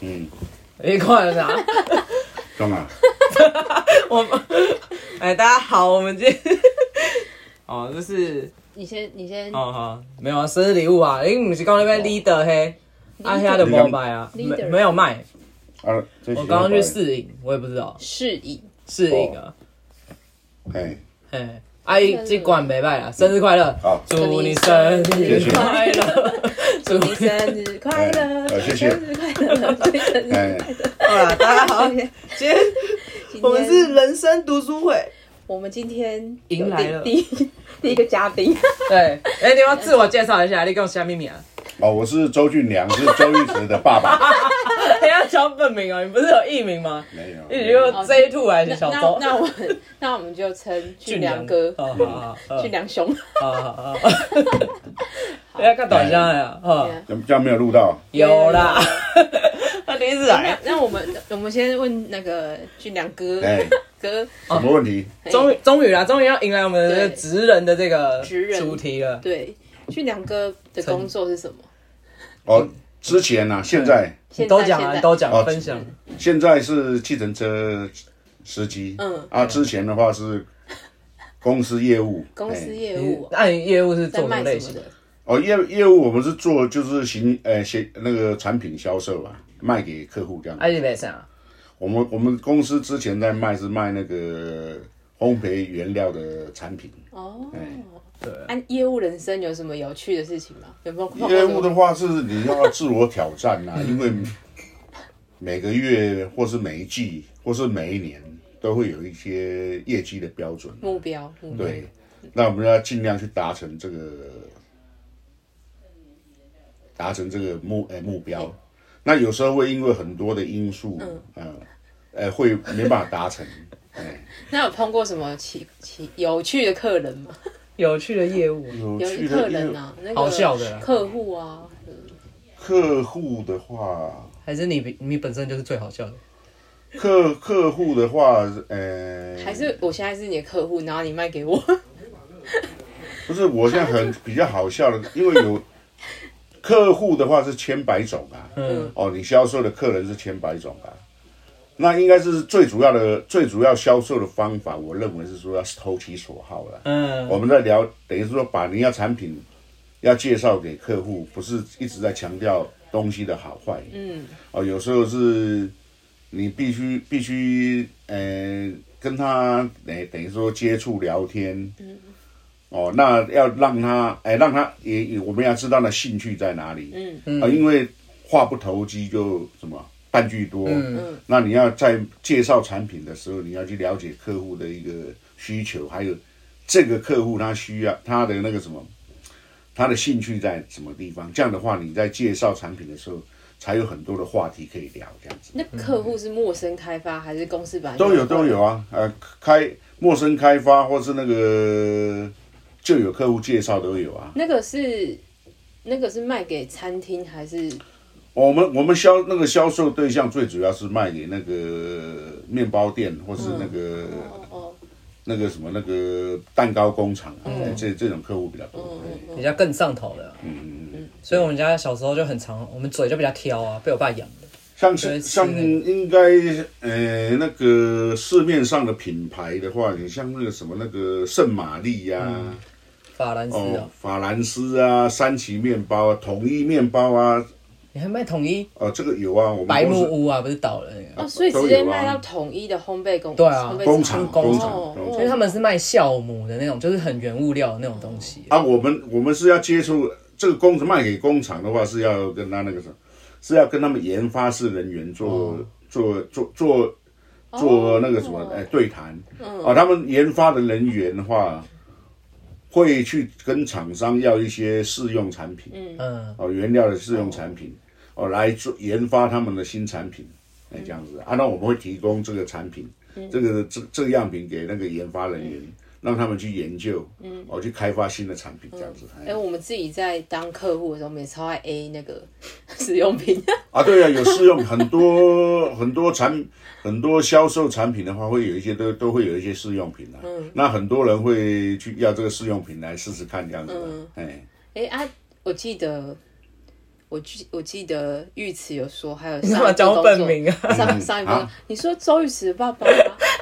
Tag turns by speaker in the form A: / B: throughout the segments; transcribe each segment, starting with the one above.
A: 嗯，
B: 你看 了啥？
A: 干嘛？
B: 啊我， 哎，大家好，我们今天， 哦，就是，
C: 你先，你先，
B: 哦好，没有啊，生日礼物啊，因为不是刚那边 leader 嘿，啊，现在的
A: Leader
B: 没买啊，没
C: Leader
B: 没有卖，
A: 啊，最喜
B: 我
A: 欢
B: 刚刚去
A: 白
B: 试饮，我也不知道
C: 适应。
B: 试饮啊，
A: 哎，
B: 嘿，阿姨这罐没卖啊，生日快乐，
A: 好，
B: 祝你生日快乐，祝
C: 你
B: 你，
C: 生 日快乐！
A: 哎谢谢
C: 生日快乐！祝你生日快
A: 哎
C: 乐！，
B: 好啦，大家好， 今天
C: 今天
B: 我们是人生读书会，
C: 我们今天
B: 迎来了
C: 第 第第一个嘉宾，
B: 对，哎，你要自我介绍一下，你跟我虾米米啊？
A: 哦，我是周俊良，是周玉慈的爸 爸。
B: 你要叫本名哦，你不是有艺名吗？
A: 没有，
C: 哎
B: 你就 J two 还是
C: 那
B: 小
C: 哦
B: 周？
C: 那那我们那我们就称俊良哥、
B: 哦 好好
C: 俊良兄。
B: 好好 好，要看短相呀，哈，
C: 啊
A: 怎么这样没有录到？
B: 有啦， 他第一次
C: 那
B: 来，
C: 那我们我们先问那个俊良哥
A: 哎，
C: 哥，
A: 什么问题？
C: 哎
B: 终于终于啦，终于要迎来我们的职人的这个
C: 职人
B: 主题了。
C: 对俊良哥的工作是什么？
A: 哦，之前呢，现在
C: 现在
B: 都讲
C: 现
B: 啊，
C: 在
B: 都讲
A: 哦
B: 分享，
A: 现在是计程车司机，
C: 嗯
A: 啊，之前的话是公司业务，
C: 公
A: 哎
C: 司业
B: 你
C: 务啊
B: 那你业务是
C: 在
B: 做什么
C: 卖
B: 类
C: 什
B: 型
C: 么
B: 的？
C: 的？
A: 哦，业业务我们是做就是行呃行那个产品销售啊，卖给客户这样。
C: 哎
B: 还啊是没啥？
A: 我们我们公司之前在卖是卖那个烘焙原料的产品。
C: 哦。
B: 对
C: 按业务人生有什么有趣的事情吗？有没有碰过
A: 业
C: 什
A: 务的
C: 么？
A: 话是你要自我挑战呐、啊
C: 嗯
A: 因为每个月或是每一季或是每一年都会有一些业绩的标准。
C: 目标？目标，
A: 对，那我们要尽量去达成这个达成这个目呃目标。那有时候会因为很多的因素，嗯，呃，会没办法达成。
C: 那有碰过什么奇奇有趣的客人吗？
B: 有趣的业务，
A: 有
C: 有
A: 趣
C: 客
A: 的
C: 人啊，那个
B: 好笑的啦
C: 客户啊，
A: 客户的话，
B: 还是你比你本身就是最好笑的？
A: 客客户的话，呃，
C: 还是我现在是你的客户，然后你卖给我，
A: 不是，我现在很比较好笑的，因为有客户的话是千百种啊，嗯，哦，你销售的客人是千百种啊，那应该是最主要的，最主要销售的方法，我认为是说要投其所好了。
B: 嗯，
A: 我们在聊，等于是说把你要产品要介绍给客户，不是一直在强调东西的好坏，
C: 嗯，
A: 哦，有时候是你必须必须呃跟他等等于说接触聊天，嗯，哦，那要让他哎、让他也也我们要知道他的兴趣在哪里，
C: 嗯
A: 嗯，啊，因为话不投机就什么半句多，
B: 嗯，
A: 那你要在介绍产品的时候，你要去了解客户的一个需求，还有这个客户他需要他的那个什么。他的兴趣在什么地方？这样的话，你在介绍产品的时候，才有很多的话题可以聊，这样子
C: 那客户是陌生开发还是公司版？
A: 都有都有啊，呃，开陌生开发或是那个就有客户介绍都有啊。
C: 那个是那个是卖给餐厅还是
A: 我们我们销那个销售对象最主要是卖给那个面包店或是那个、
C: 哦
A: 那个什么那个蛋糕工厂、啊
B: 嗯
A: 哎这这种客户比较多。
B: 比较更上头的。嗯所以我们家小时候就很常，我们嘴就比较挑啊，被我爸养的。
A: 像
B: 对
A: 是
B: 是
A: 像
B: 那个
A: 应该呃那个市面上的品牌的话，你像那个什么那个圣玛丽呀、
B: 嗯法兰斯
A: 哦
B: 哦，，
A: 法兰斯啊，三旗面包啊，统一面包啊，
B: 你还卖统一
A: 呃，这个有啊，我们
B: 白木
A: 公司
B: 屋啊，不是倒了那个？
C: 哦，所以直
A: 都
C: 接
A: 有啊
C: 卖到统一的烘焙工
B: 对啊
C: 烘焙
A: 工厂
B: 工
A: 厂
C: 哦
A: 工厂
B: 因为他们是卖酵母的那种，就是很原物料的那种东西。
A: 啊，我们我们是要接触这个工厂卖给工厂的话，是要跟他那个什么，是要跟他们研发室人员做、做做做做那个什么，哎、对谈。啊，他们研发的人员的话，会去跟厂商要一些试用产品，
B: 嗯，
A: 哦，原料的试用产品，哦，来做研发他们的新产品，哎，这样子啊，那我们会提供这个产品，这个这这个样品给那个研发人员，让他们去研究，嗯，哦，去开发新的产品，这样子，哎
C: 哎、我们自己在当客户的时候，我们也超爱 A 那个 使用品，
A: 啊，对啊，有试用很多很多产很多销售产品的话，会有一些都都会有一些试用品啊，嗯，那很多人会去嗯要这个试用品来试试看，这样子的，哎，
C: 哎、啊，我记得，我记我记得玉慈有说，还有
B: 你干
C: 上
B: 嘛
C: 一
B: 讲
C: 个
B: 我
C: 工
B: 本
C: 作
B: 名啊？
C: 上上一个
A: 啊，
C: 你说周玉慈的爸 爸吗？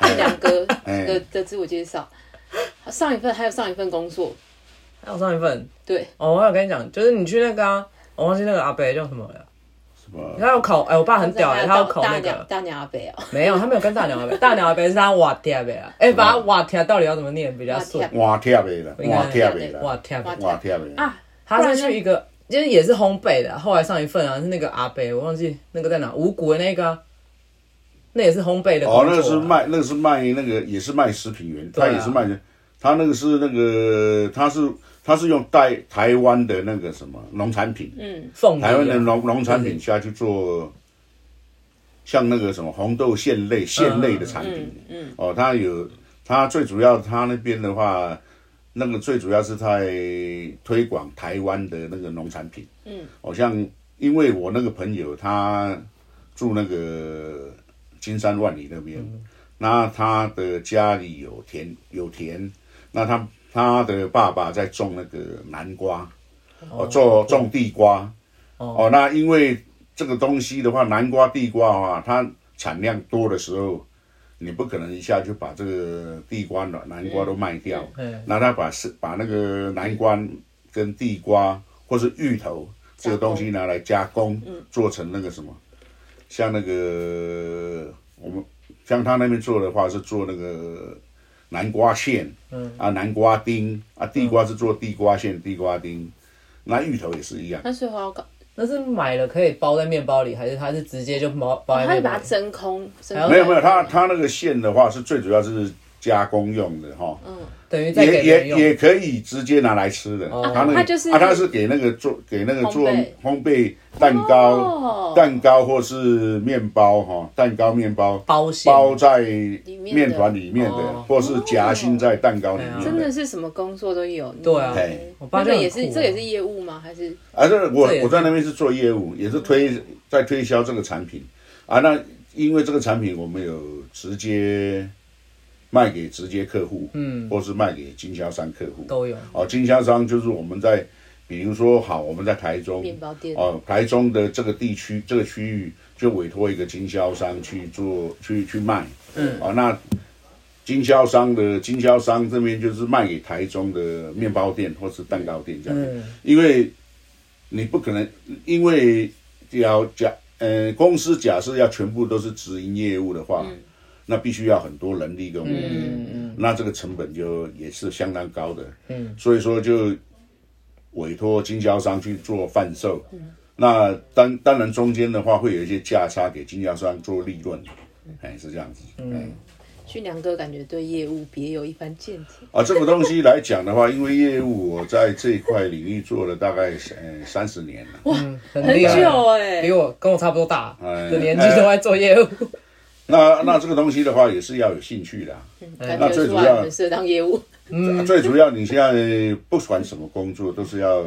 C: 这两个
A: 哎
C: 的的自我介绍，上一份还有上一份工作，
B: 还有上一份
C: 对，
B: 哦，我有跟你讲，就是你去那个啊，我忘记那个阿北叫什么了，
A: 什么？
B: 他要考，哎、我爸很屌哎、他要考
C: 大
B: 那
C: 鸟
B: 个，
C: 大鸟阿北哦，
B: 没有，他没有跟大鸟阿北，大鸟阿北是他瓦贴阿北啊，哎、把他瓦贴到底要怎么念比较顺
C: 瓦？
A: 瓦贴呗了，
B: 应该
A: 瓦贴呗
B: 瓦
A: 了，
B: 贴阿伯
C: 瓦，
A: 瓦贴呗。
C: 啊，
B: 他是去一个，就是也是烘焙的，后来上一份啊是那个阿北，我忘记那个在哪，五谷的那个啊，那也是烘焙的工作啊、
A: 哦，那个是卖，那个是卖那个也是卖食品园，
B: 对啊
A: 他也是卖，他那个是那个他是他是用带台湾的那个什么农产品，
B: 凤梨啊、
A: 台湾的农农产品下去做，像那个什么红豆馅类馅类的产品，嗯，哦，它有它最主要它那边的话，那个最主要是在推广台湾的那个农产品，嗯，哦，像因为我那个朋友他住那个金山万里那边，那他的家里有田有田，那他他的爸爸在种那个南瓜，哦，做种地瓜。哦，那因为这个东西的话，南瓜、地瓜啊，它产量多的时候，你不可能一下就把这个地瓜、南南瓜都卖掉。
B: 嗯，
A: 那他把是把那个南瓜跟地瓜或是芋头这个东西拿来加工，
C: 嗯
A: 做成那个什么，像那个我们像他那边做的话是做那个南瓜馅，嗯啊南瓜丁啊地瓜是做地瓜
B: 嗯
A: 馅、地瓜丁，那芋头也是一样。
C: 那所以我要搞，
B: 那是买了可以包在面包里，还是他哦是直接就包包在
C: 他
B: 面
C: 就
B: 包
C: 把它
B: 里？
C: 真空，真
B: 还要
C: 空
A: 没有没有，它它那个馅的话是最主要是加工用的哈，
C: 嗯
B: 等于再
A: 也
B: 给人
A: 也
B: 用。
A: 也可以直接拿来吃的。
B: 哦
A: 它那个
C: 它就是
A: 啊，它是给那个做给那个做
C: 烘
A: 烘
C: 焙
A: 焙蛋糕、
C: 哦
A: 蛋糕或是面包哈，蛋糕面包
B: 包馅
A: 包在
C: 面的
A: 面团里面的
B: 哦，
A: 或是夹心在蛋糕里
B: 对啊
A: 面
C: 真的是什么工作都有，
B: 对啊
A: 哎
B: 我爸
C: 那
B: 就
C: 个
B: 很
C: 也
B: 酷
C: 是，
B: 啊
C: 这个也是业务吗？还是
A: 啊，这我
B: 这也是
A: 我在那边是做业务，也是推在推销这个产品啊。那因为这个产品我们有直接卖给直接客户，嗯，或是卖给经销商客户
B: 都有
A: 哦，经销商就是我们在，比如说好，我们在台中
C: 面包店
A: 哦，台中的这个地区这个区域就委托一个经销商去做去去卖，嗯，哦，那经销商的经销商这边就是卖给台中的面包店或是蛋糕店这样，
B: 嗯
A: 因为你不可能，因为要假呃公司假设要全部都是直营业务的话。那必须要很多人力跟物力，那这个成本就也是相当高的。嗯，所以说就委托经销商去做贩售。那当当然中间的话会有一些价差给经销商做利润，哎，是这样子。嗯，
C: 俊良哥感觉对业务别有一番见解？
A: 啊，这个东西来讲的话，因为业务我在这一块领域做了大概呃三十年了。
B: 嗯，很
C: 很
B: 厉害，
C: 久哎
B: 比，我跟我差不多大
A: 哎
B: 的年纪都在做业务。
A: 那那这个东西的话也是要有兴趣的啊、
C: 感
A: 那
C: 觉
A: 最
C: 出
A: 主
C: 来
A: 要
C: 很适合当业务。
A: 最主要你现在不管什么工作都是要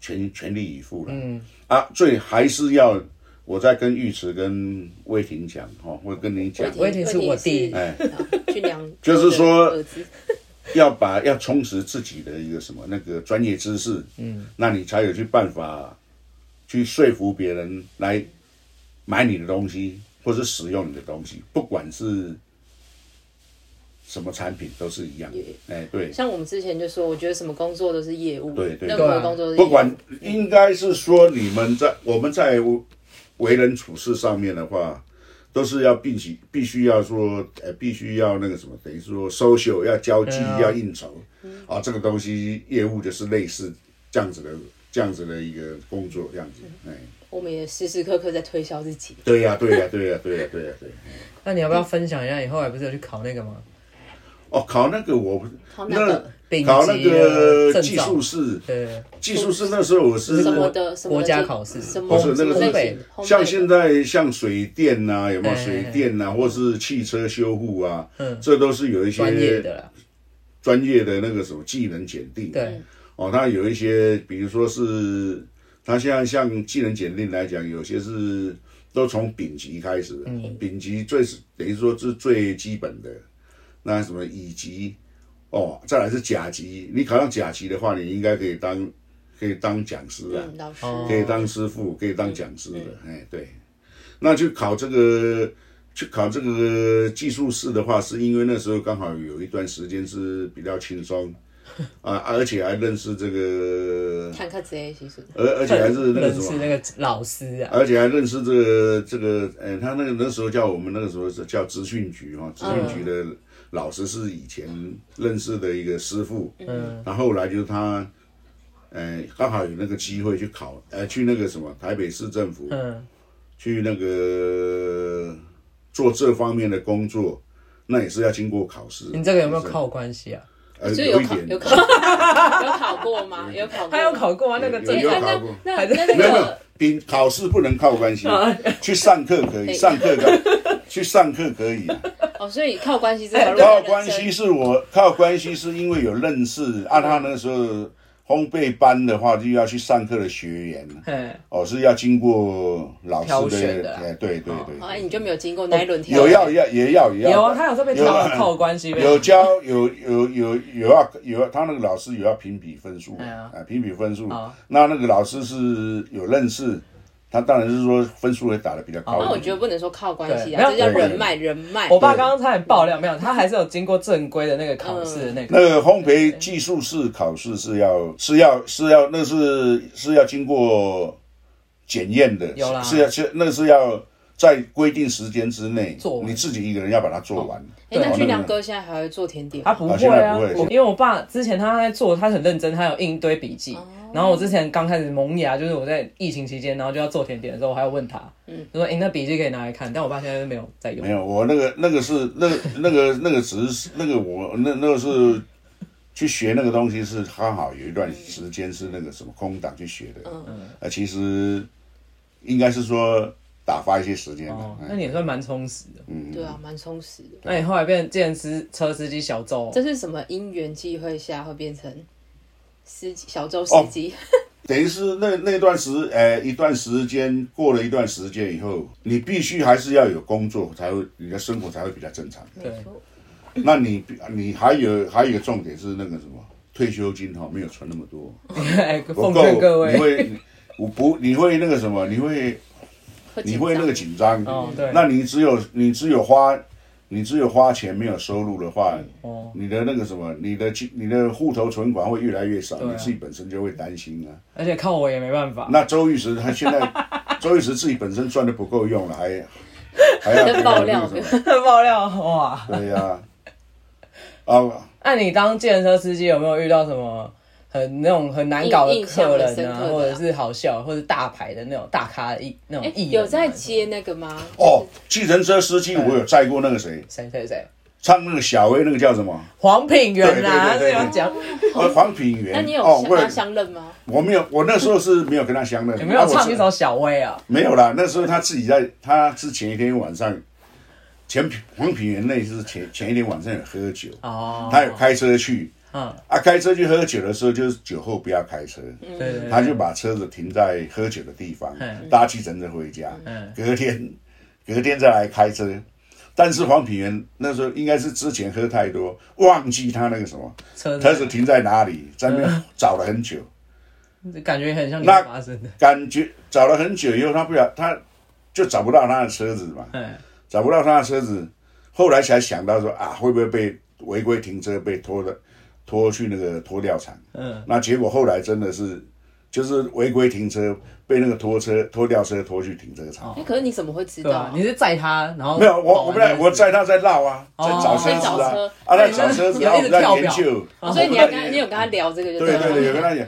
A: 全全力以赴了。嗯啊，最还是要我在跟玉池跟威婷讲哈，或者跟你讲，
B: 威霆是我弟
C: 威霆是俊良哥
A: 哎 就是说
C: 的儿子
A: 要把要充实自己的一个什么那个专业知识，嗯，那你才有去办法去说服别人来买你的东西，或是使用你的东西，不管是什么产品都是一样的。哎，对，
C: 像我们之前就说，我觉得什么工作都是业务，
A: 对对
C: 任何
B: 对
C: 工作都是业务
A: 不管应该是说你们在我们在为人处事上面的话，都是要并起必须要说呃必须要那个什么，等于说 social 要交际、要应酬啊，这个东西业务就是类似这样子的这样子的一个工作这样子，哎，
C: 我们也时时刻刻在推销自己。
A: 对呀、对呀、对呀、对呀、对呀、对、
B: 那你要不要分享一下？你后来不是有去考那个吗？
A: 哦，考那个我不
C: 考那个
B: 丙级
A: 考那
B: 的
A: 个
B: 证
A: 技
B: 照
A: 术是
B: 对，
A: 技术是那时候我是
C: 什么的什么
B: 国
C: 的
B: 家
C: 技
B: 考试
C: 什么
A: 不是那个是
C: 类
B: 烘
C: 型
B: 焙
C: 烘
A: 像
C: 焙
A: 现在像水电呐、有没有
B: 哎
A: 水电呐、或是汽车修护啊，
B: 嗯
A: 这都是有一
B: 专业
A: 些
B: 的啦。
A: 专业的那个什么技能检定。
B: 对，
A: 哦，它有一些，比如说是，它现在像技能检定来讲，有些是都从丙级开始的，
B: 嗯
A: 丙级最是等于说是最基本的，那什么乙级，哦，再来是甲级，你考上甲级的话，你应该可以当。可可以当讲师啊，
C: 嗯，老师，
B: 哦
A: 可以当师傅，可以当讲师的，哎，对。那去考这个，去考这个技术士的话，是因为那时候刚好有一段时间是比较轻松，啊，而且还认识这个，
C: 看看这些其实
A: 而而且还是那个
B: 认
A: 什
B: 识
A: 么，
B: 那个老师啊，
A: 而且还认识这个这个，呃，他那个那时候叫我们那个时候是叫资讯局
B: 嗯
A: 哈、哦，资讯局的老师是以前认识的一个师傅，嗯，然后后来就是他，呃，刚好有那个机会去考，呃，去那个什么台北市政府，
B: 嗯，
A: 去那个做这方面的工作，那也是要经过考试。
B: 你这个有没有
A: 就是？
B: 靠关系啊？
A: 呃，
C: 就有
A: 一
C: 考
A: 点，
C: 有考 有考过吗？有考过吗，
B: 他有考过啊，那个
A: 有
B: 真
A: 有
B: 的
C: 哎。
A: 考
C: 那
A: 过
C: 那
B: 还
C: 那
B: 是
C: 那那
A: 没有没有
C: 个，
A: 比考试不能靠关系，
C: 哦
A: 去上课可以，上课可以，去上课可以。
C: 哦，所以靠关系这条路，
A: 靠关系，是我靠关系是因为有认识，按、他那时候烘焙班的话，就要去上课的学员，
B: 嗯，
A: 哦，是要经过老
B: 挑
A: 师
B: 选
A: 的，
B: 的啊
A: 哎、对对对
C: 哦，哎，你就没有经过那一轮跳，
A: 有要要也要也要，
B: 有啊，他有时候被挑
A: 有
B: 靠关系呗。
A: 有教有有有有要有要他那个老师有要评比分数
B: 哎呀
A: 啊，评比分数
B: 哦。
A: 那那个老师是有认识，他当然是说分数会打得比较高一
B: 哦
A: 点。
C: 那我觉得不能说靠关系
B: 对
C: 啊，这叫人脉，人脉。
A: 哦
B: 我爸刚刚差点爆料，没有，他还是有经过正规的那个考试的那
A: 那
B: 个。
A: 个烘焙技术士考试是要是要是要那是是要经过检验的，
B: 有啦
A: 是要是那是要在规定时间之内
B: 做，完
A: 你自己一个人要把它做完。
C: 哎，那
A: 哦
C: 俊
A: 个
C: 良哥现在还会做甜点吗？
B: 他不
A: 啊
B: 会
A: 现在
B: 啊，
A: 不会
B: 我因为我爸之前他在做，他很认真，他有印一堆笔记。
C: 哦
B: 然后我之前刚开始萌芽，就是我在疫情期间，然后就要做甜点的时候，我还要问他，嗯，就说：“哎、那笔记可以拿来看。”但我爸现在都没有在用
A: 没。有，我那个那个是那个那个那个只是那个我那那个是去学那个东西是刚好有一段时间是那个什么空档去学的，
C: 嗯
A: 呃，其实应该是说打发一些时间吧
B: 哦，。
A: 哎
B: 那你也算蛮充实的。
C: 对啊，蛮充实的。
B: 那你后来变健身车司机小周哦
C: 这，是什么因缘际会下会变成司机小周司机？
A: 等于是那那段时呃一段时间过了一段时间以后，你必须还是要有工作才会你的生活才会比较正常。
B: 对，
A: 那你你还有还有一个重点是那个什么退休金哈、没有存那么多。
B: 哎
A: 不
B: 奉
A: 够
B: 劝各，
A: 你
B: 位，
A: 会，我不，你会那个什么，你会，哦 你会那个紧张。
B: 哦对
A: 那你只有你只有花，你只有花钱没有收入的话，
B: 哦
A: 你的那个什么，你的金你的户头存款会越来越少，
B: 对啊
A: 你自己本身就会担心啊。
B: 而且靠我也没办法。
A: 那周玉石他现 在，周玉石自己本身赚的不够用了，还还要
C: 在爆料
A: 那个什么
B: 爆料哇！
A: 对呀、啊，啊，
B: 那你当健身车司机有没有遇到什么很那种很难搞
C: 印印象
B: 客
C: 很
B: 人
C: 深
B: 啊，
C: 刻的啊
B: 或者是好笑，或者是大牌的那种大咖的艺那种
C: 哎，
B: 艺人啊？
C: 有在接那个吗？
A: 哦，计程车司
C: 嗯
A: 机我有载过那个谁，
B: 谁谁谁？
A: 唱那个小薇那个叫什 么？
B: 黄品源啊，这
A: 对对对对
B: 样讲
A: 呃，黄品源。
C: 那你有
A: 哦，
C: 想
A: 我
C: 要相认吗？
A: 我没有，我那时候是没有跟他相认。
B: 有没有
A: 啊我
B: 唱
A: 是
B: 一首小薇啊？
A: 没有啦，那时候他自己在，他是前一天晚上，前黄品源那是前前一天晚上有喝酒，
B: 哦，
A: 他有开车去
B: 嗯，
A: 啊，开车去喝酒的时候，就是酒后不要开车，
C: 嗯
B: 对对对，
A: 他就把车子停在喝酒的地方
B: 嗯，
A: 搭计程车回家
B: 嗯，
A: 隔天隔天再来开车。但是黄品源那时候应该是之前喝太多，忘记他那个什么
B: 车
A: 车
B: 子
A: 子停在哪里，在那边找了很久。
B: 感觉很像你
A: 那
B: 发生的，
A: 感觉找了很久以后，他不了，他就找不到他的车子嘛，
B: 嗯，
A: 找不到他的车子，后来才想到说啊，会不会被违规停车被拖的拖去那个拖吊场？
B: 嗯，
A: 那结果后来真的是就是违规停车，被那个拖车拖吊车拖去停车场。
C: 哎，可是你怎么会知
B: 对
C: 道
B: 啊
C: 啊？，
B: 你是载他，然后
A: 没有，我我
B: 跑完
A: 们我载他在绕啊，在找车
C: 在
A: 子
C: 找
A: 啊
C: 车，
A: 啊在
B: 对
A: 找车子，
B: 你
A: 然后我
B: 一直
A: 们在
B: 跳
A: 研
B: 表
A: 究，
C: 哦所以你还跟他你有跟他聊这个就
A: 对
C: 了
A: 对对，有跟他讲，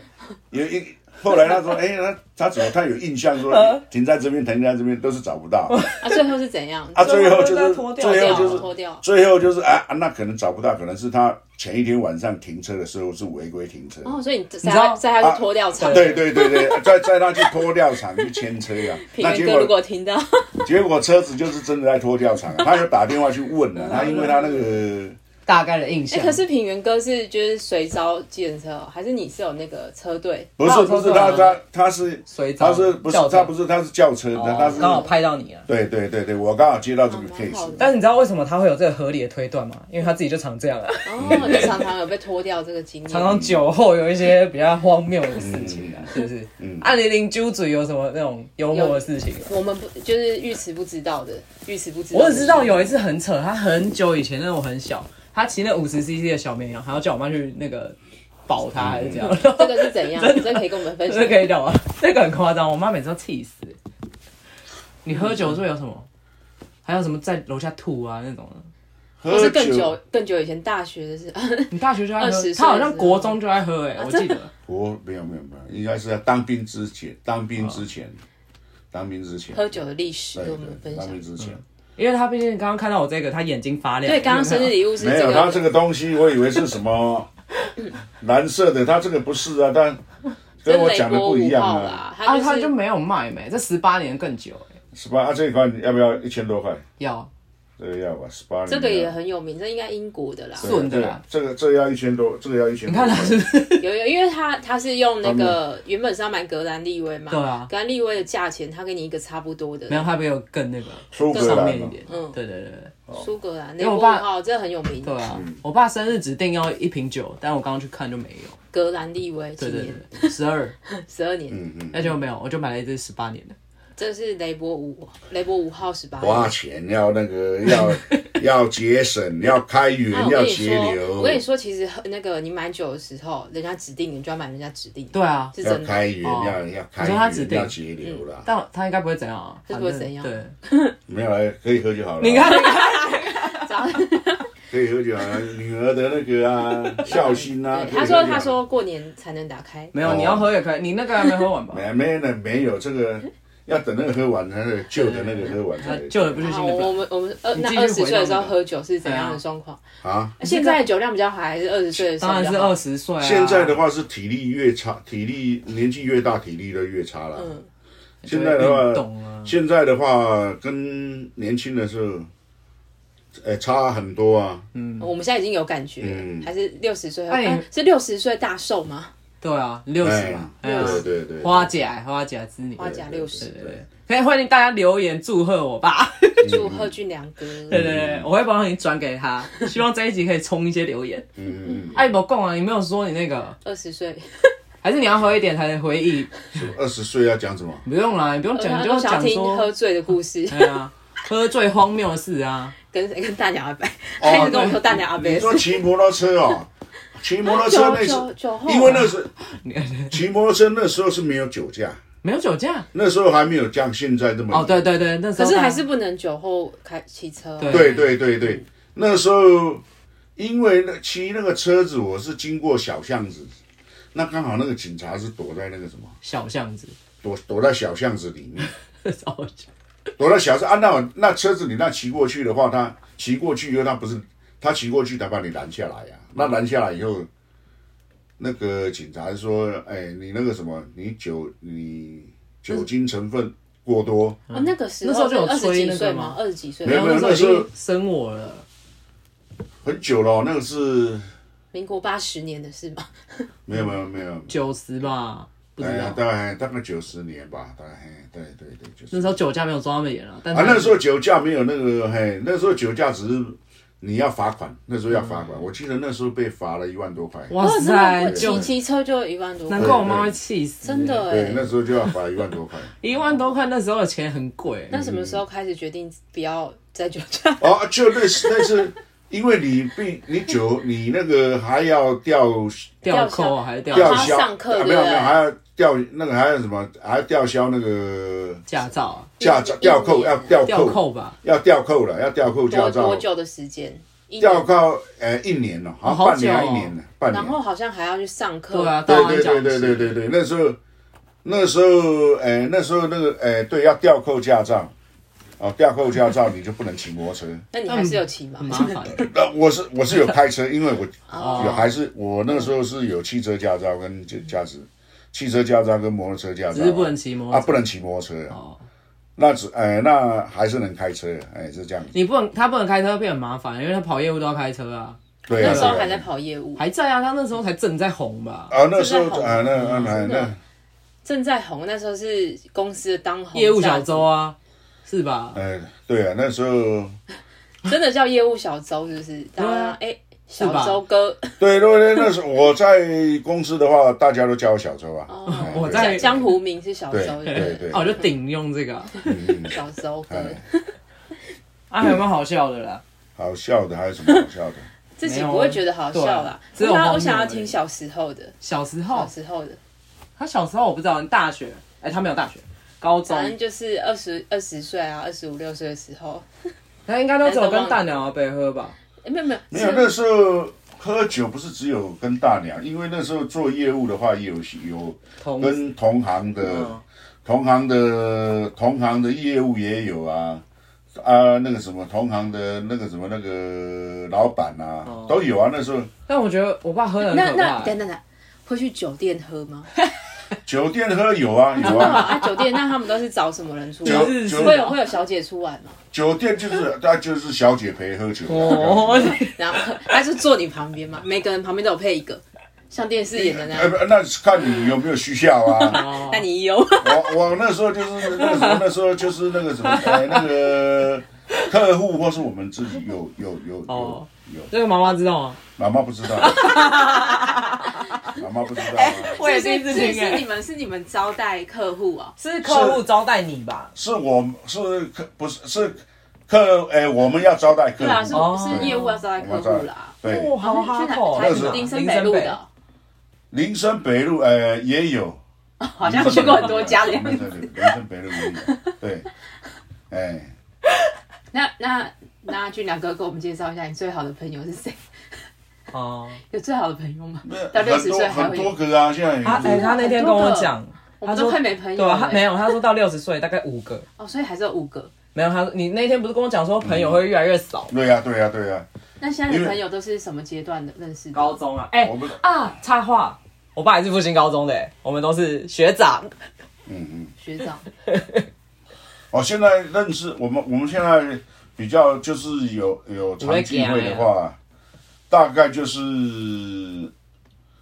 A: 有一后来他说，哎、他他怎么他有印象说停在这边，停在这边都是找不到
C: 啊，最后是怎样？
A: 啊，最后就
B: 最后
A: 是
B: 脱掉
A: 最后就
C: 脱掉啊
A: 是
C: 脱掉，
A: 最后就是啊啊，那可能找不到，可能是他前一天晚上停车的时候是违规停车。
C: 哦，所以你在
B: 知道
C: 他在他去脱掉场。
A: 啊对对对对，在在他去拖吊场去牵车啊，
C: 平
A: 那
C: 原
A: 结
C: 哥如
A: 果
C: 果 听到，
A: 结果车子就是真的在拖吊场、啊，他有打电话去问了、啊，他因为他那个
B: 大概的印
C: 哎、
B: 象。
C: 可是品源哥是就是随招计程车哦，还是你是有那个车队？
A: 不
B: 他
A: 是
B: 有
A: 不
B: 车
A: 是
B: 队
A: 他
B: 吗
A: 他他是
B: 随招
A: 他是不是
B: 轿车
A: 他不是他是轿车的，
B: 哦
A: 他是
B: 刚好拍到你啊。
A: 对对对对，我刚好接到这个
C: 哦蛮好
A: case，
C: 的
B: 但是你知道为什么他会有这个合理的推断吗？因为他自己就常这样啊，
A: 嗯
C: 哦，你常常有被拖掉这个经验，
B: 常常酒后有一些比较荒谬的事情
A: 嗯
B: 啊，是不是？啊，你邻居嘴有什么那种幽默的事情吗？
C: 我们不就是尉迟不知道的，尉迟不知道。
B: 我只知道有一次很扯，他很久以前那种很小，他骑那五十 CC 的小绵羊，还要叫我妈去那个保他还是怎样，
C: 这个是怎样，这可以跟我们分享
B: 这。可以聊啊， 这个很夸张，我妈每次都气死。欸你喝酒是不是有什么？还有什么在楼下吐啊那种的？
C: 不
A: 喝
C: 是更久更久以前大学的事，
B: 你大学就爱
C: 20
B: 喝
C: 岁，的时
B: 他
C: 候啊
B: 好像国中就爱喝哎、我记得。
A: 我哦没有没有没有，应该是在当兵之前，当兵之前，当兵之前，
C: 喝酒的历史
A: 对
C: 跟我们分
A: 对，当
C: 享嗯
A: 兵。之前，
B: 因为他毕竟刚刚看到我这个，他眼睛发亮。
C: 对，刚刚生日礼物是
A: 没
C: 这
A: 有他这
C: 个，
A: 个东西，我以为是什么蓝色的，他这个不是啊，但跟我
C: 美
A: 讲的
C: 国
A: 不一
C: 五
A: 样
C: 号
A: 啊。
C: 啦，
B: 啊，
C: 他
B: 他就
C: 就是
B: 没有卖没，这十八年更久哎、
A: 十八啊，这一款要不要一千多块？
B: 要
A: 这个要吧，十八。
C: 这个也很有名，这应该英国的啦。
B: 顺的啦。
A: 这个这个要一千多，这个要一千。
B: 你看他是不是？
C: 有有，因为他他是用那个原本是要买格兰利威嘛，
B: 对啊
C: 格兰利威的价钱他给你一个差不多的，
B: 没有，他没有更那个
A: 苏格
B: 上
A: 兰
B: 面一
A: 哦
B: 点。
C: 嗯
B: 对对对对。
C: 苏格兰那
B: 为
C: 个
B: 我
C: 五
B: 爸
C: 号，这很有名，
B: 对啊，我爸生日指定要一瓶酒，但我刚刚去看就没有。
C: 格兰利威今
B: 对对
C: 年
B: 对，十 二，
C: 十二年，
A: 嗯
B: 那就没有，我就买了一支十八年的。
C: 这是雷波五雷波五号十八。
A: 花钱要那个要 要节省，要开
C: 那
B: 啊
A: 源，
C: 我
A: 要
C: 跟你
A: 节
C: 说，
A: 流
C: 我，跟你说，其实喝那个你买酒的时候，人家指定你就要买人家指定，
B: 对啊，
C: 是
A: 要
C: 真的。
A: 开源，
B: 哦
A: 要要开
B: 你说他指
A: 源，
B: 定嗯
A: 要节流啦。
B: 但他应该不会怎样啊，
C: 是
B: 反
C: 不会
B: 正
C: 怎样哦
B: 对，
A: 没有啊，可以喝就好了。
B: 你看，你看，
C: 长
A: 可以喝酒啊，女儿的那 个啊，孝心啊。
C: 对
A: 可以喝
C: 他
A: 就好
C: 说他说过年才能打开，
B: 没有，你要喝也可以，你那个还没喝完吧？
A: 没没呢，没有这个，要等那个喝完，那个旧的那个喝完
B: 他
A: 才
B: 旧的不是
C: 啊，
B: 新的不
C: 我
B: 来。
C: 我们我们二
B: 你
C: 那
B: 继续
C: 二十
B: 回
C: 岁
B: 到
C: 的时候
B: 那个
C: 喝酒是怎样的状况？
A: 啊。
C: 现在酒量比较好，还是二十岁的时候
B: 哎当
C: 比
B: 然
C: 较
B: 是
C: 好？
B: 二十岁啊。
A: 现在的话是体力越差，体力年纪越大，体力就越差了。
C: 嗯，
A: 现在的
B: 就会运
A: 话，
B: 动啊，
A: 现在的话跟年轻的时候，呃，差很多啊。
C: 我们现在已经有感觉了，
A: 嗯
C: 还是六十岁？
B: 嗯哎
C: 啊是六十岁大寿吗？
B: 对啊，六十嘛，哎呀，
A: 对对对，
B: 花甲花甲之年，
C: 花甲六十
B: 对，对对，可以欢迎大家留言祝贺我吧。
A: 嗯
C: 祝贺俊良哥。
B: 对对对，我会帮你转给他，希望这一集可以冲一些留言。
A: 嗯嗯
B: 哎，我讲啊，你没有说你那个，
C: 二十岁，
B: 还是你要喝一点才能回忆？
A: 嗯，二十岁要讲什么？
B: 不用啦，你不用讲，
C: 他
B: 你就
C: 呃都想要
B: 讲
C: 听喝
B: 说，
C: 醉的故事，
B: 对啊，喝醉荒谬的事啊，
C: 跟跟大鸟阿伯，他一
B: 哦
C: 直跟我说大鸟阿伯
A: 你说骑摩托车 哦，骑摩托车那
C: 酒酒
A: 时，
C: 酒后，
A: 因为
B: 啊
A: 那时骑摩托车那时候是没有酒驾，
B: 没有酒驾
A: 那时候还没有像现在这么
B: 哦，对对对，那时
C: 可
B: 候
C: 是
B: 大家
C: 还是不能酒后开骑车。啊
B: 对
A: 对对对对，那时候因为那骑那个车子，我是经过小巷子，那刚好那个警察是躲在那个什么，
B: 小巷子，
A: 躲躲在小巷子里面，
B: 小巷
A: 躲在小巷啊，那我那车子你那骑过去的话，他骑过去以后，他不是他骑过去，他把你拦下来呀、那拦下来以后，那个警察说，哎，你那个什么，你酒你酒精成分过多，
C: 哦，那个时
B: 那时候
C: 候
B: 就有
C: 二十
B: 吹
C: 几
B: 那
C: 岁
B: 个
C: 吗
B: 吗？
C: 二十几岁吗，
A: 没有没有
B: 那时候已
A: 那时候
B: 经生我了，
A: 很久了哦，那个是
C: 民国八十年的事吗？
A: 没有没有没有。
B: 九十吧，不知
A: 哎呀
B: 道，。
A: 大概大概九十年吧，大概嘿对对对，九十
B: 那时候酒驾没有抓那么严啊，但
A: 啊，
B: 是
A: 那时候酒驾没有那个，嘿，那时候酒驾只是你要罚款，那时候要罚款，我记得那时候被罚了一万多块。
B: 嗯哇
C: 哦，真
B: 塞，
C: 的，
B: 酒
C: 骑骑车就一万多块
B: 难，怪我妈会气死，
C: 真的
A: 对，
C: 哎。
A: 那时候就要罚一万多块。
B: 一万多块，那时候的钱很贵。
C: 那什么时候开始决定不要再酒驾？
A: 哦，就那是那是，因为你被你酒你那个还要吊
B: 吊扣还是吊
A: 吊
C: 还要
A: 销，
C: 上课
A: 啊
C: 对不
A: 没有没有，
C: 对
A: 还要吊那个还要什么，还要吊销那个
B: 驾照啊？
A: 驾照吊扣，要吊
B: 吊
A: 扣，
B: 扣吧，
A: 要吊扣了，要吊扣驾
C: 多
A: 照
C: 多，久的时间？一
A: 吊
C: 年，
A: 扣呃一年了，好
B: 好
A: 像半年
B: 久
A: 还
B: 哦
A: 一年了，啊半年
C: 然。后好像还要去上课。
B: 对啊，
A: 对
B: 到安
A: 对
B: 讲
A: 对对对对对，那时候那时候哎、那时候那个哎、对，要吊扣驾照，哦，吊扣驾照你就不能骑摩托车。
C: 那你还是有骑吗
B: 很？麻烦。
A: 那我是我是有开车，因为我
C: 哦
A: 有还是我那时候是有汽车驾照跟驾驾驶，汽车驾照跟摩托车驾照
B: 只是不能骑摩
A: 啊，
B: 托
A: 不
B: 车。
A: 能骑摩托车啊。
B: 哦，
A: 那只哎、那还是能开车，哎、是这样子。
B: 你不能，他不能开车，变很麻烦，因为他跑业务都要开车啊。
A: 对啊，
C: 那时候
A: 对啊
C: 还在跑业务，
B: 还在啊，他那时候才正在红
C: 哦
B: 吧？
A: 啊，那时候
C: 正在红
A: 啊，那啊那
C: 真的
A: 那
C: 正在红，那时候是公司的当红
B: 业务
C: 炸
B: 小
C: 子
B: 周啊，是吧？
A: 哎，对啊，那时候
C: 真的叫业务小周，是不是？
B: 啊
C: 当然，哎、
B: 是吧
C: 小周哥，
A: 对对对，那时候我在公司的话，大家都叫我小周啊。
C: 哦
A: 哎
B: 我
A: 对
B: 在
C: 江江湖名是小周，
A: 对对对
B: 哦，就顶用这个啊，
C: 小周哥，
A: 哎
B: 啊还有没有好笑的啦？
A: 好笑的还有什么好笑 的？
C: 自己不会觉得好笑啦。
B: 没啊有啊对啊只有
C: 我想
B: 荒谬哦
C: 要我想要
B: 而
C: 听
B: 已
C: 小时候的，
B: 小时
C: 小
B: 候，
C: 时候的，
B: 他小时候我不知道，大学，哎，他没有大学，高中，
C: 反正就是二十二十岁啊，二十五六岁的时候，
B: 他应该都只有跟大鸟啊北喝吧？
C: 哎没有没有
A: 没有，那时候喝酒不是只有跟大娘，因为那时候做业务的话，也有有
B: 同
A: 跟同行的
B: 嗯、
A: 同行的、同行的业务也有啊。啊，那个什么，同行的那个什么那个老板啊，
B: 哦
A: 都有啊。那时候
B: 但我觉得我爸喝的很
C: 那
B: 可
C: 那
B: 怕
C: 等
B: 欸，
C: 等等，会去酒店喝吗？
A: 酒店喝有啊，有
C: 啊
A: 啊。
C: 啊，酒店那他们都是找什么人出来？
A: 酒
B: 日式
A: 酒
C: 会有会有小姐出来吗？
A: 酒店就是，他就是小姐陪喝酒啊。
B: 哦，
C: 然后他就坐你旁边嘛，每个人旁边都有配一个，像电视演的那
A: 呃，
C: 样。
A: 不那是看你有没有需要 啊。
B: 哦
C: 那你有？
A: 我我那时候就是那个什么，那时候就是那个什么，呃，那个客户或是我们自己有有有有
B: 哦
A: 有，
B: 这个妈妈知道吗？
A: 妈妈不知 道，妈妈不知道啊，
C: 哎
B: 我也
C: 是
B: 第一次
C: 是
B: 听
C: 是
B: 哎
C: 你们是你们招待客户
A: 嗯
C: 啊？
B: 是客户招待你吧？
A: 是我是客不是是客，哎，我们要招待客
C: 对啊，是
A: 户，
B: 哦
C: 是业务要招待客户啦。
A: 对，
B: 哇，
C: 哦
B: 好哦哈口，
C: 台
A: 是哪
C: 林森北路的哦，
A: 林森北路呃也有，
C: 好像去过很多家的 样
A: 林
C: 子。
A: 森北路林森北路也有， 对，哎。
C: 那那那俊良哥给我们介绍一下，你最好的朋友是谁？
B: 哦，
C: 有最好的朋友吗
A: 没有？
C: 到六
A: 很
C: 十
A: 多
C: 岁还
A: 很
C: 会
A: 多
C: 有？
A: 个啊，现
C: 嗯
B: 他哎，
A: 在已经
B: 他那天跟我讲，
C: 我
B: 他
C: 们都
B: 说
C: 快没朋友
B: 对啊，他
C: 了。欸
B: 没有，他说到六十岁大概五个，
C: 哦，所以还是有五个。
B: 没有，他说你那天不是跟我讲说朋友会越来越少？
A: 对呀对呀啊对呀，
C: 那现在的朋友都是什么阶段的认识的？
B: 高中啊，哎
A: 我们
B: 啊，插话，我爸也是复兴高中的，哎我们都是学长，
A: 嗯嗯，
C: 学 长，
A: 哦，现在认识我们我们现在比较就是有有常聚会
B: 啊
A: 的话，大概就是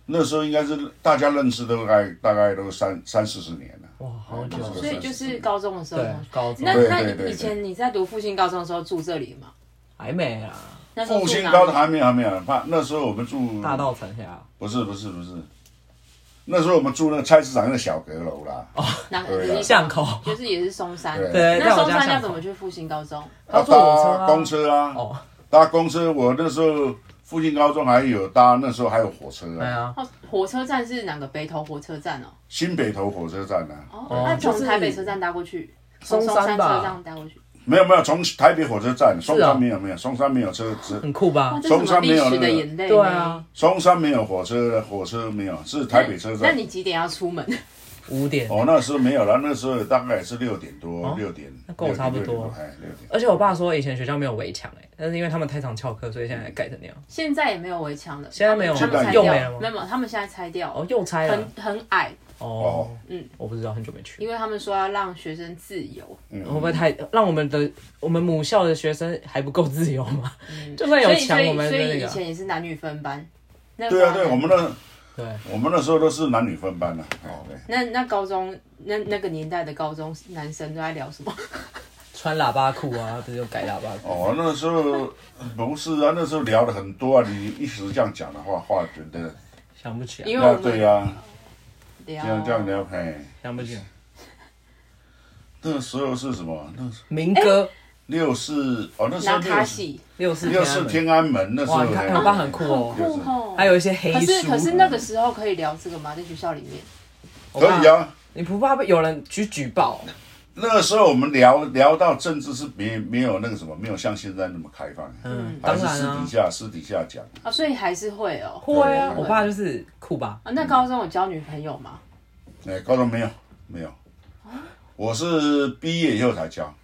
A: 那时候应该是大家认识都大概大概都三三四十年了。
B: 哇，好久，
C: 所以就是高中的时候
B: 对
C: 同学。，
B: 高中
C: 嗯那
A: 对
C: 那
A: 对对
C: 以前你在读复兴高中的时候住这里吗？
B: 还没啊，
C: 那时候
A: 复
C: 住
A: 兴
C: 哪
A: 高
C: 里？
A: 还没有还没有，怕那时候我们住
B: 大道城下，啊
A: 不是不是不是，那时候我们住那个菜市场那个小阁楼啦，
B: 哦
C: 哪
A: 对啊
C: 你
B: 巷口，
C: 就是也是松山。
A: 对
B: 对，在
C: 那
B: 我
C: 松
B: 家
C: 山要
B: 巷
C: 怎
B: 口
C: 么。去复兴高中？
B: 他坐火车
A: 搭
B: 啊
A: 公车啊，
B: 哦，
A: 搭公车，我那时候附近高中还有搭，那时候还有火车
B: 对
A: 啊，
B: 啊，
C: 哦，火车站是哪个？北投火车站哦。
A: 新北投火车站啊，
C: 哦，那
B: 就
C: 从
B: 是
C: 台北车站搭过去，从
B: 松
C: 松
B: 山
C: 山
B: 吧
C: 车站搭过去，
A: 没有没有，从台北火车站，松
B: 是啊嗯
A: 山没有没有，松山没有车，只
B: 很酷吧
C: 哇，？这是什
A: 松
C: 么
A: 山没
C: 历
A: 有那
C: 史
A: 个
C: 的眼泪？
B: 啊对啊，，
A: 松山没有火车，火车没有，是台北车
C: 那
A: 站。
C: 你几点要出门？
B: 五点，
A: 哦，那时候没有了，那时候大概也是六点多，
B: 哦
A: 六点，
B: 那跟我
A: 6点
B: 差不多
A: 6点哎，六点。
B: 而且我爸说以前学校没有围墙哎，但是因为他们太常翘课，所以现在改成那样。
C: 现在也没有围墙了，
B: 现在没有
C: 他们拆
A: 又
C: 掉，
B: 没了吗
C: 没有，他们现在拆掉，
B: 哦，又拆了
C: 很很矮，
B: 哦
A: 哦，
B: 嗯，我不知道，很久没去。
C: 因为他们说要让学生自由，
B: 会不会太让我们的我们母校的学生还不够自由吗？就算
C: 所
B: 有
C: 以所
B: 墙，我
C: 以
B: 们
C: 嗯所
B: 的那
C: 以以
B: 个
C: 前也是男女分班。那
A: 对啊，对，我们那
B: 对，
A: 我们那时候都是男女分班的。哦，对，
C: 那那高中那那个年代的高中男生都在聊 什么？
B: 穿喇叭裤啊，不是有改喇叭裤？
A: 哦，那时候不是啊，那时候聊的很多啊，你一时这样讲的话，话觉得
B: 想不起来，
C: 因为
A: 那
C: 我
A: 对
C: 们
A: 啊，
C: 聊
A: 这样这样聊，嘿。
B: 想不起来。
A: 那时候是什么？那时候
B: 民歌
A: 六四哦，那时候
C: 拿卡
A: 六四
C: 西，
B: 六四
A: 六四
B: 天
A: 天安门那时候
B: 安门，哇，你看我爸
A: 哎
B: 很酷哦，
A: 就是
C: 哦
B: 还有一些黑
C: 可是
B: 书
C: 可，是那个时候可以聊这个吗？在学校里面，
B: 我
A: 可
B: 爸
A: 以，啊。
B: 你不怕被有人去举报？
A: 那时候我们聊聊到政治是没没有那个什么，没有像现在那么开放，
B: 嗯，
A: 还
B: 当
A: 是
B: 然
A: 私底
B: 啊，
A: 下私底下讲。
C: 啊，所以还是会哦。
B: 会啊，
A: 对
B: 我爸就是酷吧，
C: 啊，那高中有交女朋友吗？
A: 哎，高中没有没有，我是毕业以后 才教。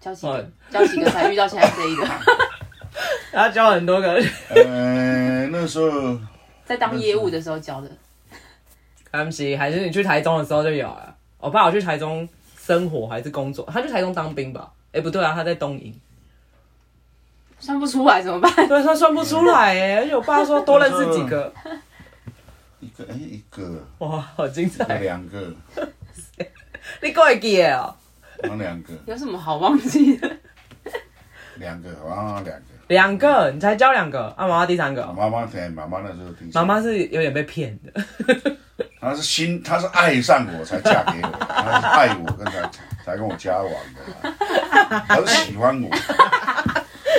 C: 交几个
B: 哦？
C: 交几个才遇到现在这一个？
B: 他教很多个
A: 呃，那时候
C: 在当业务的时候 交的。
B: M C，还是你去台中的时候就有了。我爸我去台中 生活还是工作，他去台中当兵吧？哎，不对啊，他在东营。
C: 算不出来怎么办？
B: 对，他算不出来哎，而且我爸说多认识几个，
A: 一个哎一个，
B: 哇，好精彩！
A: 两个，
B: 你够会记得哦，
A: 然后两个，
C: 有什么好忘记的？
A: 两个，啊两个。
B: 两个，你才教两个，啊，妈妈第三个
A: 我
B: 哦，
A: 妈妈对妈妈那时候挺，
B: 妈妈是有点被骗的，
A: 她是心，她是爱上我才嫁给我的，她是爱我跟才才跟我交往的，她是喜欢我。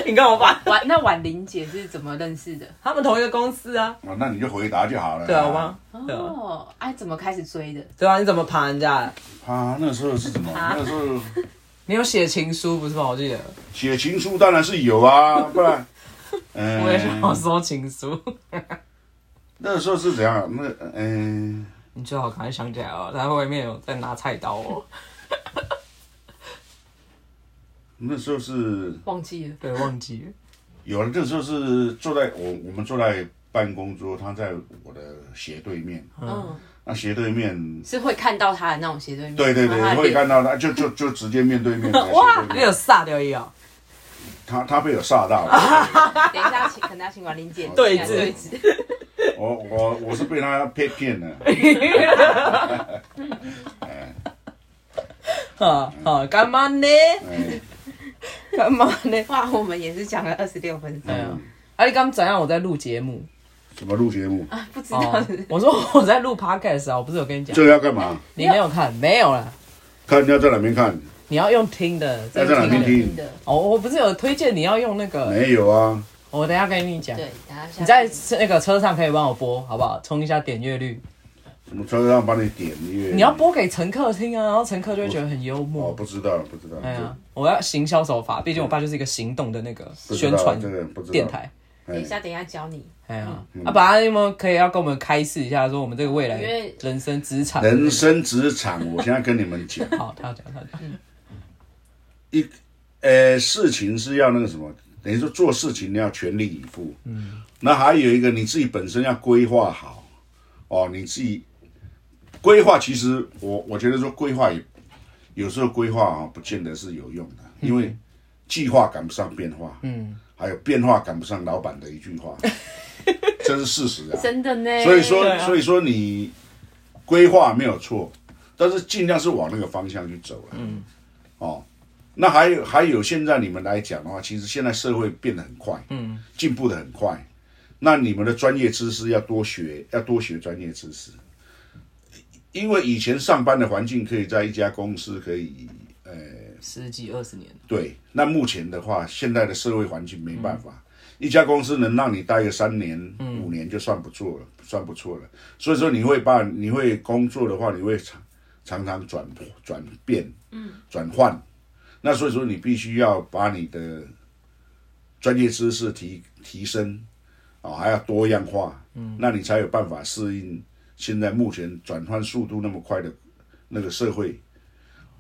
B: 你看我爸，
C: 婉那婉玲姐是怎么认识的？
B: 他们同一个公司啊，
A: 哦，那你就回答就好了。
B: 对啊，我妈，对啊，
C: 哦，哎、怎么开始追的？
B: 对啊，你怎么盘人家的？
A: 啊，那时候是怎么？那时候
B: 你有写情书不是吗？我记得，
A: 写情书当然是有啊，不然，嗯、
B: 我也想收情书，
A: 那时候是怎样？那嗯、
B: 你最好赶快想起来哦，他外面有在拿菜刀 哦，
A: 那时候是
C: 忘记了。
B: 对，忘记了，
A: 有了，那时候是坐在我我们坐在办公桌，他在我的斜对面，
C: 嗯，
A: 那斜对面。
C: 是会看到他的那种斜对面，
A: 对对
C: 然后
A: 对，
C: 他的
A: 会
C: 脸
A: 看到他，就就就直接面对 面的斜对
B: 你
A: 面
B: 有煞掉一 哦，
A: 他他被我吓 到了，
C: 等一下，请可能要请婉玲姐
B: 对
C: 进来
B: 峙
C: 对峙。
A: 我我我是被他骗骗了。
B: 啊啊，干嘛呢？
A: 哎，
B: 干嘛呢？
C: 哇，我们也是讲了二十六分钟
B: 哎呀，啊，你刚刚怎样？我在录节目。
A: 怎么录节目？
C: 啊，不知道
B: 哦，我说我在录 podcast 啊，我不是有跟你讲，
A: 这个要干嘛？
B: 你没有看，没有啦，
A: 看要在哪边看？
B: 你要用听的，
A: 要
B: 真
A: 在哪边
B: 的。
A: 听？
C: 的。
B: 哦，我不是有推荐你要用那个，
A: 没有啊，
B: 我等一下跟你讲，
C: 对，等一下
B: 你在那个车上可以帮我播，好不好？冲一下点阅率，
A: 什么车上帮你点乐？
B: 你要播给乘客听啊，然后乘客就会觉得很幽
A: 哦，
B: 默。
A: 不知道，不知道。
B: 哎呀，我要行销手法，毕竟我爸就是一个行动的那个
A: 不
B: 宣
A: 知道
B: 传
A: 这个不知道嗯
B: 电台。
A: 哎
C: 等一下，等一下教你。
B: 哎呀，啊，爸，你有没有可以要跟我们开示一下，说我们这个未来
C: 嗯因为
B: 人生职场？
A: 人生职场，我现在跟你们讲，
B: 好，他要讲，他要讲，
C: 嗯
A: 一呃事情是要那个什么，等于说做事情你要全力以赴。嗯，那还有一个你自己本身要规划好哦，你自己规划，其实我我觉得说规划也有时候规划啊、不见得是有用的，因为计划赶不上变化，嗯，还有变化赶不上老板的一句 话，这是事实啊。
C: 真的呢，
A: 所以说，所以说你规划没有错，但是尽量是往那个方向去走了。嗯，哦，那还有还有，现在你们来讲的话，其实现在社会变得很快，嗯，进步的很快。那你们的专业知识要多学，要多学专业知识，因为以前上班的环境可以在一家公司可以，呃，
B: 十几二十年，
A: 对，那目前的话，现在的社会环境没办法，一家公司能让你待个三年、五年就算不错了，算不错了。所以说你会把你会工作的话，你会常常常转转变，嗯，转换。那所以说你必须要把你的专业知识提提升，啊、还要多样化，嗯，那你才有办法适应现在目前转换速度那么快的那个社会。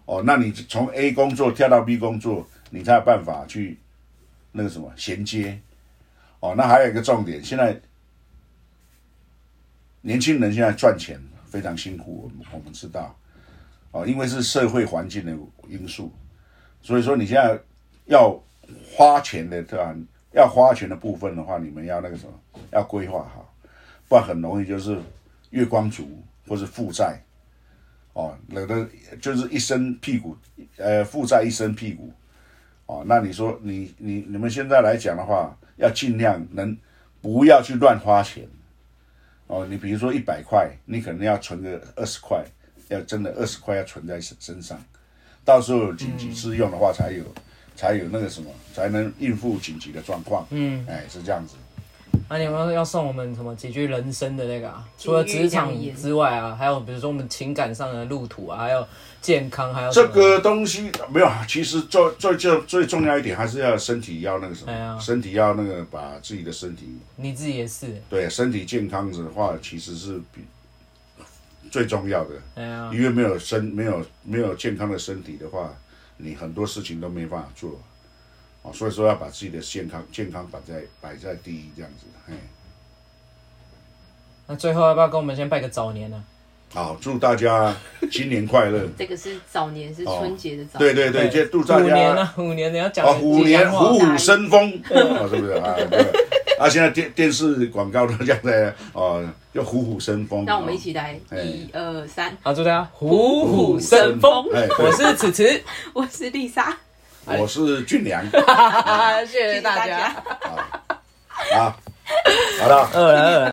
A: 哦，那你从 A 工作跳到 B 工作，你才有办法去那个什么衔接。哦，那还有一个重点，现在年轻人现在赚钱非常辛苦，我们我们知道，哦，因为是社会环境的因素，所以说你现在要花钱的对吧？要花钱的部分的话，你们要那个什么，要规划好，不然很容易就是月光族或是负债。哦，惹得就是一身屁股，呃，负债一身屁股。哦，那你说你你你们现在来讲的话，要尽量能不要去乱花钱。哦，你比如说一百块，你可能要存个二十块，要真的二十块要存在身身上，到时候紧急适用的话才有、才有那个什么，才能应付紧急的状况。嗯，哎，是这样子。
B: 那、你有没有要送我们什么几句人生的那个啊？
C: 金玉
B: 除了职场
C: 良言
B: 之外啊，还有比如说我们情感上的路途啊，还有健康，还有啊什
A: 这
B: 么
A: 个东西没有，啊其实最最最最重要一点还是要身体要那个什么，
B: 哎呀
A: 身体要那个把自己的身体
B: 你自己也是，
A: 对身体健康的话，其实是比最重要的，
B: 哎呀、
A: 因为没有身没有没有健康的身体的话，你很多事情都没办法做。哦，所以说要把自己的健康健康摆在摆在第一这样子，嘿，
B: 那最后要不要跟我们先拜个早年呢、
A: 好，祝大家新年快乐。
C: 这个是早年是春节的
A: 哦
C: 早，
A: 对对对，
B: 对
A: 就祝大
B: 五啊年
A: 家
B: 了，五年你要讲
C: 呃
A: 啊，虎年
B: 吉祥话
A: 虎虎生风，
C: 嗯
A: 啊，是不是啊？对啊，现在电电视广告都这样在哦，就虎虎生风。
C: 让我们一起
A: 哦
C: 来，
A: 哎
C: 一二三，
B: 好，祝大家虎虎生风
A: 哎！对
B: 我是此 慈，
C: 我是丽莎，
A: 我是俊 良啊
B: 哈哈，谢
C: 谢
B: 啊谢
C: 谢
B: 大
C: 大
B: 家
C: 家。
A: 啊，好了。
B: 饿了饿了。